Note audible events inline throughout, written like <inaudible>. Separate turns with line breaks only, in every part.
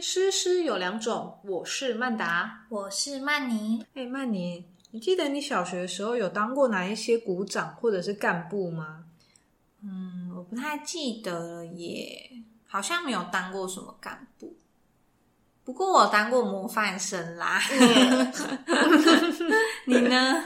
诗诗有两种，我是曼达。
我是曼妮，
哎，曼妮，你记得你小学的时候有当过哪一些股长或者是干部吗？
嗯，我不太记得了耶，好像没有当过什么干部，不过我当过模范生啦。嗯 <laughs> 你呢？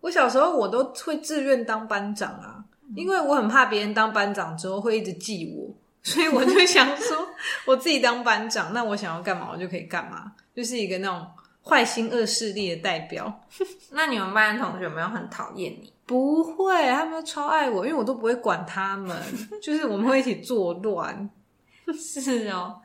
我小时候我都会自愿当班长啊，因为我很怕别人当班长之后会一直记我，所以我就想说，我自己当班长，那我想要干嘛我就可以干嘛，就是一个那种坏心恶势力的代表。
那你们班的同学有没有很讨厌你？
不会，他们都超爱我，因为我都不会管他们，就是我们会一起作乱。
是哦，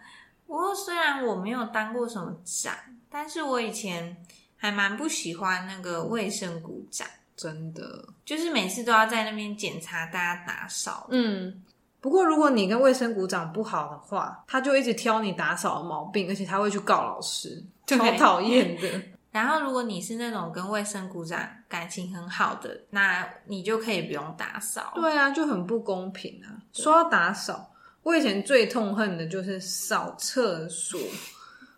不过虽然我没有当过什么长，但是我以前还蛮不喜欢那个卫生股长，
真的，
就是每次都要在那边检查大家打扫。
嗯。不过，如果你跟卫生股长不好的话，他就一直挑你打扫的毛病，而且他会去告老师，
对
超讨厌的。
然后，如果你是那种跟卫生股长感情很好的，那你就可以不用打扫。，
对啊，就很不公平啊！说到打扫，我以前最痛恨的就是扫厕所，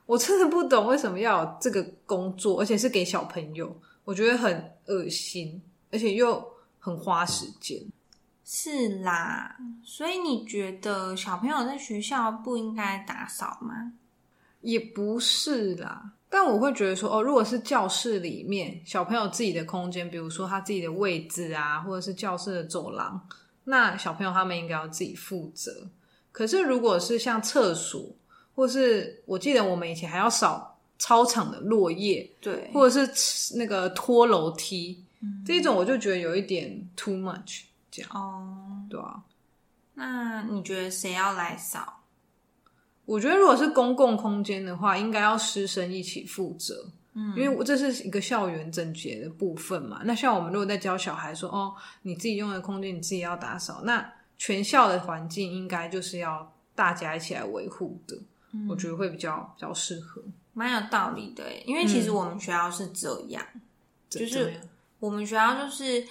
我真的不懂为什么要有这个工作，而且是给小朋友，我觉得很恶心，而且又很花时间。
是啦。所以你觉得小朋友在学校不应该打扫吗？
也不是啦，但我会觉得说，哦，如果是教室里面小朋友自己的空间，比如说他自己的位置啊，或者是教室的走廊，那小朋友他们应该要自己负责。可是如果是像厕所，或是我记得我们以前还要扫操场的落叶，
对
或者是那个拖楼梯，这种我就觉得有一点 too much，这样
哦，
对啊。
那你觉得谁要来扫？
我觉得如果是公共空间的话，应该要师生一起负责。
嗯，
因为我这是一个校园整洁的部分嘛。那像我们如果在教小孩说哦，你自己用的空间你自己要打扫，那全校的环境应该就是要大家一起来维护的，
嗯
我觉得会比较比较适合。
蛮有道理的耶，因为其实我们学校是这样，
就
就是我们学校就是，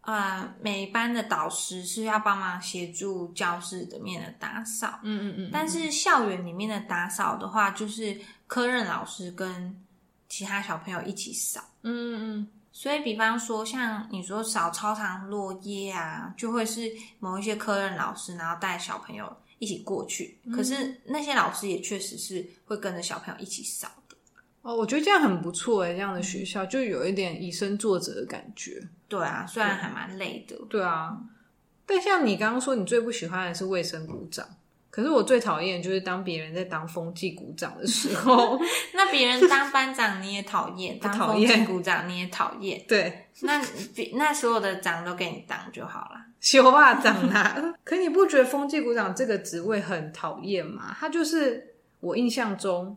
呃，每一班的导师是要帮忙协助教室里面的打扫，
嗯嗯嗯，
但是校园里面的打扫的话，就是科任老师跟其他小朋友一起扫。
嗯嗯
所以，比方说像你说扫操场落叶啊，就会是某一些科任老师，然后带小朋友一起过去。可
嗯
是那些老师也确实是会跟着小朋友一起扫的。
哦，我觉得这样很不错欸诶，这样的学
嗯
校就有一点以身作则的感觉。
对啊，虽然还蛮累的。
对啊，
嗯
但像你刚刚说，你最不喜欢的是卫生鼓掌。可是我最讨厌的就是当别人在当风纪鼓掌的时候， <laughs>
那别人当班长你也讨厌，当
讨
风
厌
纪股长你也讨厌，
对，
那那所有的长都给你当就好了。
修啊长啦。 <laughs> 可你不觉得风纪股长这个职位很讨厌吗？他就是我印象中，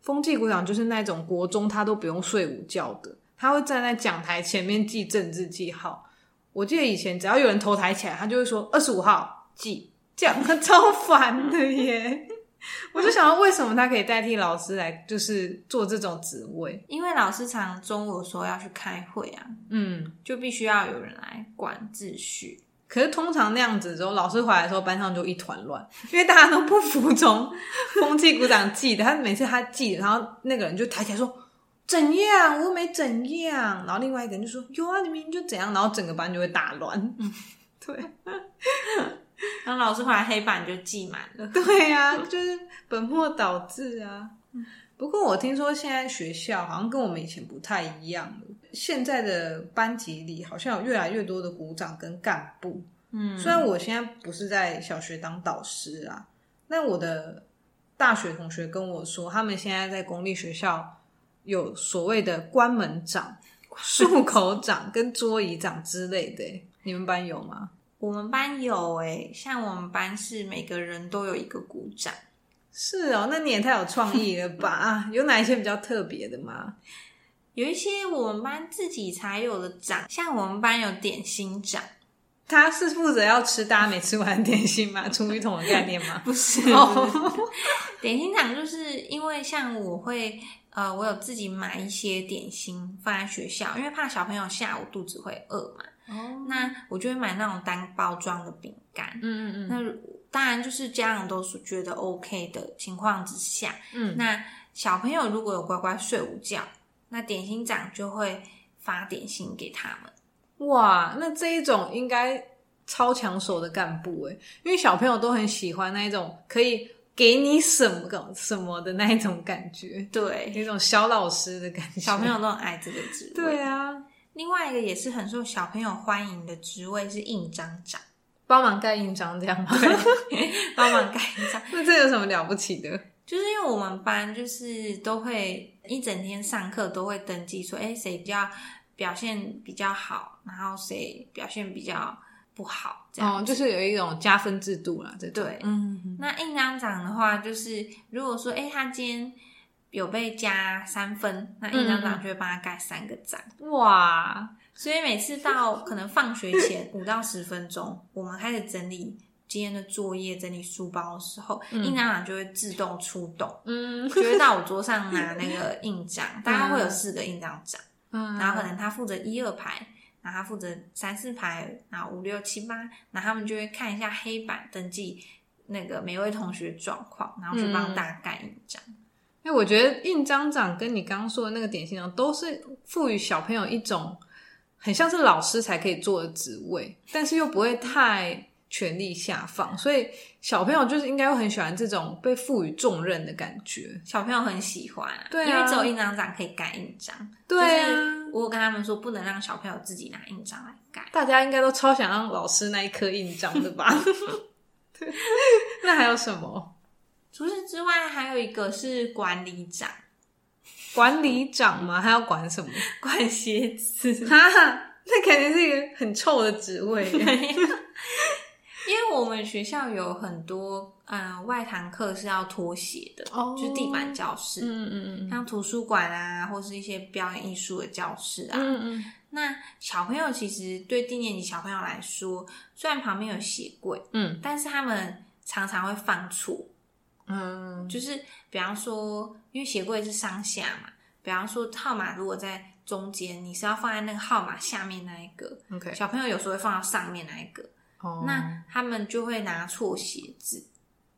风纪股长就是那种国中他都不用睡午觉的，他会站在讲台前面记政治记号。我记得以前只要有人头抬起来，他就会说二十五号记，这样他超烦的耶。我就想到为什么他可以代替老师来，就是做这种职位？
因为老师常中午的时候要去开会啊，
嗯，
就必须要有人来管秩序。
可是通常那样子之后，老师回来的时候，班上就一团乱，因为大家都不服从风纪股长记的。他每次他记的，然后那个人就抬起来说：“怎样？我又没怎样。”然后另外一个人就说：“有啊，你明明就怎样。”然后整个班就会大乱。 <laughs> 对
然后老师回来黑板就记满了。
对呀、就是本末倒置啊。不过我听说现在学校好像跟我们以前不太一样了，现在的班级里好像有越来越多的股长跟干部。
嗯，
虽然我现在不是在小学当导师啊，那我的大学同学跟我说，他们现在在公立学校有所谓的关门长、漱口长跟桌椅长之类的欸。你们班有 <laughs> 吗？
我们班有诶、像我们班是每个人都有一个股长。
是哦，那你也太有创意了吧？啊有哪一些比较特别的吗？
有一些我们班自己才有的长，像我们班有点心长，
他是负责要吃大家没吃完的点心吗？厨余 <laughs> 桶的概念吗？
不是
哦
点心长就是因为像我会呃，我有自己买一些点心放在学校，因为怕小朋友下午肚子会饿嘛。
哦，
那我就会买那种单包装的饼干。
嗯嗯嗯
那当然就是家长都是觉得 OK 的情况之下，
嗯，
那小朋友如果有乖乖睡午觉，那点心长就会发点心给他们。
哇，那这一种应该超抢手的干部哎，因为小朋友都很喜欢那一种可以给你什么个什么的那一种感觉，
对，
有一种小老师的感觉。
小朋友都很爱这个职位。
<laughs> 对啊，
另外一个也是很受小朋友欢迎的职位是印章长， <laughs>
帮忙盖印章这样吗？
帮忙盖印章。
那这有什么了不起的？
就是因为我们班就是都会一整天上课都会登记说，哎，谁比较表现比较好，然后谁表现比较不好，这样。
哦，就是有一种加分制度啦，这种
对
嗯，嗯
那印章长的话，就是如果说，哎，他今天有被加三分，那印章长就会帮他盖三个章。
嗯哇，
所以每次到可能放学前五到十分钟，我们开始整理今天的作业、整理书包的时候，
嗯
印章长就会自动出动。 <laughs>
嗯
就会到我桌上拿那个印章，大概会有四个印章长，
嗯，
然后可能他负责一二排，然后他负责三四排，然后五六七八，然后他们就会看一下黑板登记那个每位同学的状况，然后去
嗯
帮大家盖印章。
因为我觉得印章长跟你刚刚说的那个点心长都是赋予小朋友一种很像是老师才可以做的职位，但是又不会太权力下放，所以小朋友就是应该会很喜欢这种被赋予重任的感觉。
小朋友很喜欢、啊，
对啊
因为只有印章长可以盖印章。
对啊，
就是我有跟他们说，不能让小朋友自己拿印章来盖。
大家应该都超想让老师那一颗印章的吧？ <laughs> 对，那还有什么？
除此之外，还有一个是管理长， <laughs>
管理长吗？还要管什么？
管鞋子。
<laughs> 哈哈，那感觉是一个很臭的职位。 <laughs>
因为我们学校有很多嗯、呃外堂课是要脱鞋的，
哦
就是地板教室，
嗯嗯嗯
像图书馆啊，或是一些表演艺术的教室啊。
嗯嗯
那小朋友其实对低年级小朋友来说，虽然旁边有鞋柜，
嗯
但是他们常常会放错，
嗯，
就是比方说，因为鞋柜是上下嘛，比方说号码如果在中间，你是要放在那个号码下面那一个，
OK，
小朋友有时候会放到上面那一个，
哦
那他们就会拿错鞋子。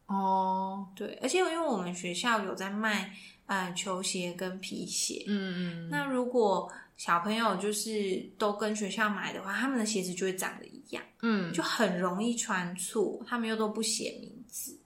哦，
对，而且因为我们学校有在卖呃球鞋跟皮鞋，
嗯嗯，
那如果小朋友就是都跟学校买的话，他们的鞋子就会长得一样，
嗯，
就很容易穿错。他们又都不写名字，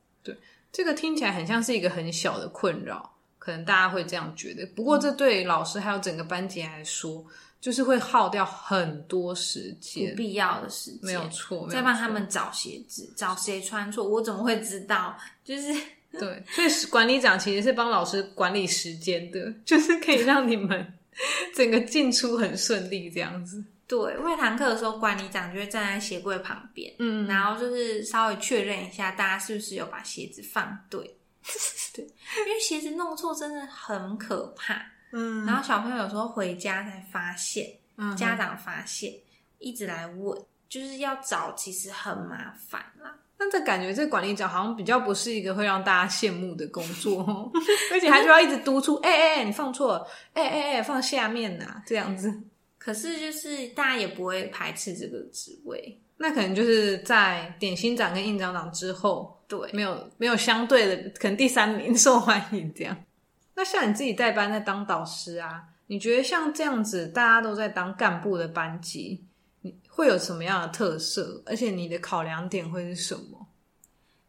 这个听起来很像是一个很小的困扰，可能大家会这样觉得。不过
嗯
这对老师还有整个班级来说，就是会耗掉很多时
不
间，
必要的时间，
没有错，没有
再帮
错
他们找鞋子，找谁穿错，我怎么会知道？就是
对，所以管理长其实是帮老师管理时间的， <laughs> 就是可以让你们整个进出很顺利这样子。
对外堂课的时候，管理长就会站在鞋柜旁边，
嗯
然后就是稍微确认一下大家是不是有把鞋子放对。 <laughs> 对，因为鞋子弄错真的很可怕。
嗯
然后小朋友有时候回家才发现，
后
家长发现，一直来问，就是要找，其实很麻烦啦。
那这感觉，这管理长好像比较不是一个会让大家羡慕的工作哦，而且还需要一直督促，哎哎哎，你放错了，哎哎哎，放下面呐、这样子。
可是就是大家也不会排斥这个职位，
那可能就是在点心长跟印章长之后，
对。
没有没有相对的，可能第三名受欢迎这样。那像你自己带班在当导师啊，你觉得像这样子大家都在当干部的班级，你会有什么样的特色？而且你的考量点会是什么？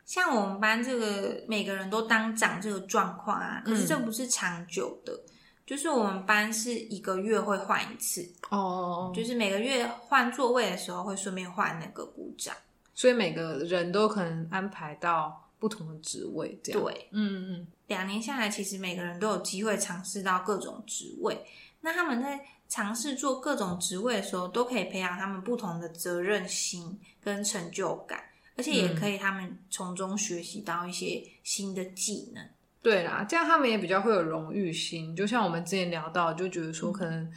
像我们班这个每个人都当长这个状况啊，可是
嗯
这不是长久的，就是我们班是一个月会换一次，
哦，
就是每个月换座位的时候会顺便换那个鼓掌。
所以每个人都可能安排到不同的职位，这样。，
对，
嗯嗯
两年下来，其实每个人都有机会尝试到各种职位。那他们在尝试做各种职位的时候，都可以培养他们不同的责任心跟成就感，而且也可以他们从中学习到一些新的技能。
对啦，这样他们也比较会有荣誉心。就像我们之前聊到，就觉得说可能、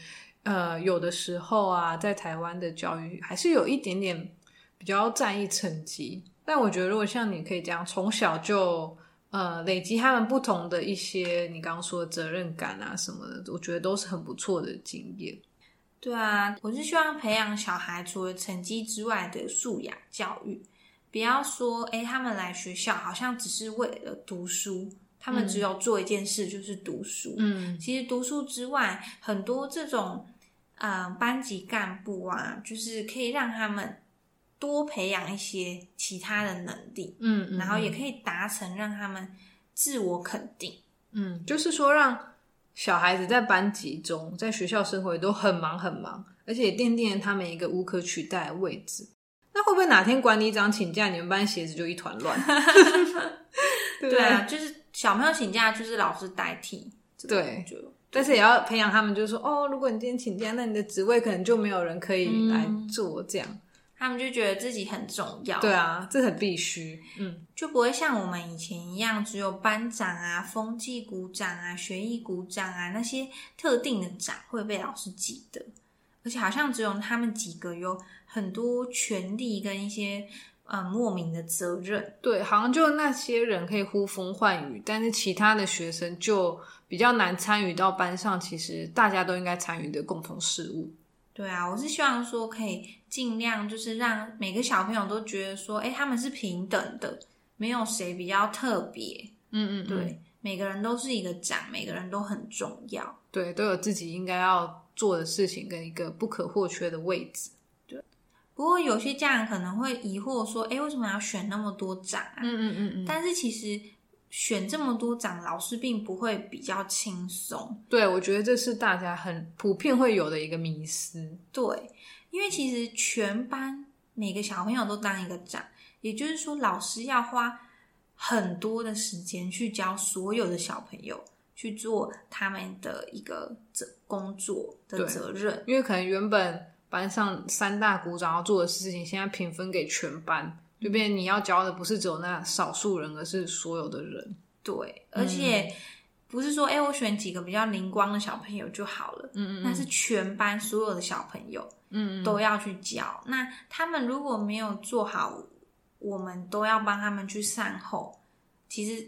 呃有的时候啊，在台湾的教育还是有一点点比较在意成绩，但我觉得如果像你可以这样从小就。呃，累积他们不同的一些你刚刚说的责任感啊什么的，我觉得都是很不错的经验。
对啊，我是希望培养小孩除了成绩之外的素养教育，不要说诶，他们来学校好像只是为了读书，他们只有做一件事就是读书。
嗯
其实读书之外，很多这种嗯、呃班级干部啊，就是可以让他们多培养一些其他的能力，
嗯，嗯
然后也可以达成让他们自我肯定。
嗯，就是说让小孩子在班级中，在学校生活也都很忙很忙，而且也奠定了他们一个无可取代的位置。那会不会哪天管理长请假，你们班鞋子就一团 <laughs> 乱？对啊不
对啊，就是小朋友请假就是老师代替，
对，
就
但是也要培养他们，就是说，哦，如果你今天请假，那你的职位可能就没有人可以来做这样。
他们就觉得自己很重要，
对，啊，这很必须。嗯
就不会像我们以前一样，只有班长啊、风纪股长啊、学艺股长啊那些特定的长会被老师记得，而且好像只有他们几个有很多权利跟一些呃莫名的责任。
对，好像就那些人可以呼风唤雨，但是其他的学生就比较难参与到班上，其实大家都应该参与的共同事务。
对啊，我是希望说可以尽量就是让每个小朋友都觉得说，哎，他们是平等的，没有谁比较特别，
嗯嗯，嗯
对，每个人都是一个长，每个人都很重要。
对，都有自己应该要做的事情跟一个不可或缺的位置。
不过有些家长可能会疑惑说：“哎，为什么要选那么多长啊？”
嗯嗯嗯，
但是其实选这么多长，老师并不会比较轻松。
对，我觉得这是大家很普遍会有的一个迷思。
对，因为其实全班每个小朋友都当一个长，也就是说，老师要花很多的时间去教所有的小朋友去做他们的一个责工作的
对
责任。
因为可能原本班上三大股长要做的事情，现在平分给全班，就变成你要教的不是只有那少数人，而是所有的人。
对，而
嗯
且不是说哎、诶我选几个比较灵光的小朋友就好了，
嗯嗯嗯
那是全班所有的小朋友
嗯
都要去教。那他们如果没有做好，我们都要帮他们去善后。其实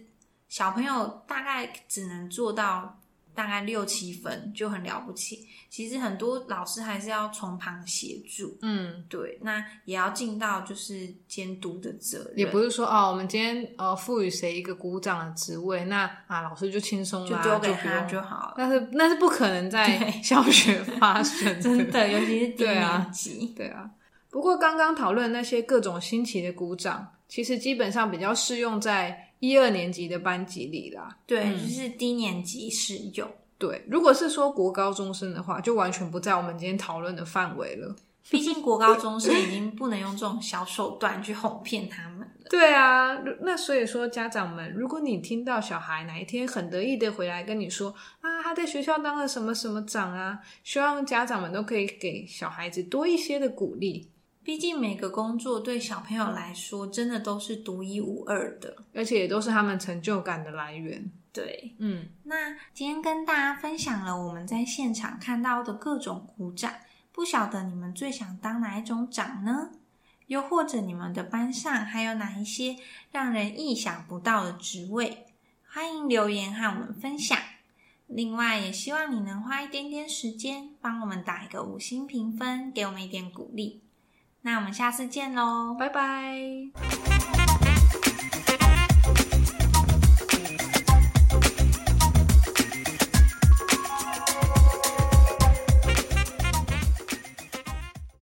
小朋友大概只能做到大概六七分就很了不起，其实很多老师还是要从旁协助。
嗯，
对，那也要尽到就是监督的责任，
也不是说哦，我们今天呃赋予谁一个股长的职位，那啊老师就轻松啦，
就丢给
不
他
用
就好了。
那是那是不可能在
对
小学发生 <laughs> 的，
<laughs> 真的，尤其是低
对啊
年级。
对啊，不过刚刚讨论那些各种新奇的鼓掌，其实基本上比较适用在一二年级的班级里啦。
对，就是低年级使用，
对，如果是说国高中生的话，就完全不在我们今天讨论的范围了。
毕竟国高中生已经不能用这种小手段去哄骗他们了。
对啊，如那所以说，家长们，如果你听到小孩哪一天很得意的回来跟你说啊，他在学校当了什么什么长啊，希望家长们都可以给小孩子多一些的鼓励，
毕竟每个工作对小朋友来说，真的都是独一无二的。
而且也都是他们成就感的来源。
对，
嗯，
那今天跟大家分享了我们在现场看到的各种鼓掌，不晓得你们最想当哪一种掌呢？又或者你们的班上还有哪一些让人意想不到的职位？欢迎留言和我们分享。另外，也希望你能花一点点时间帮我们打一个五星评分，给我们一点鼓励。那我们下次见喽，
拜拜。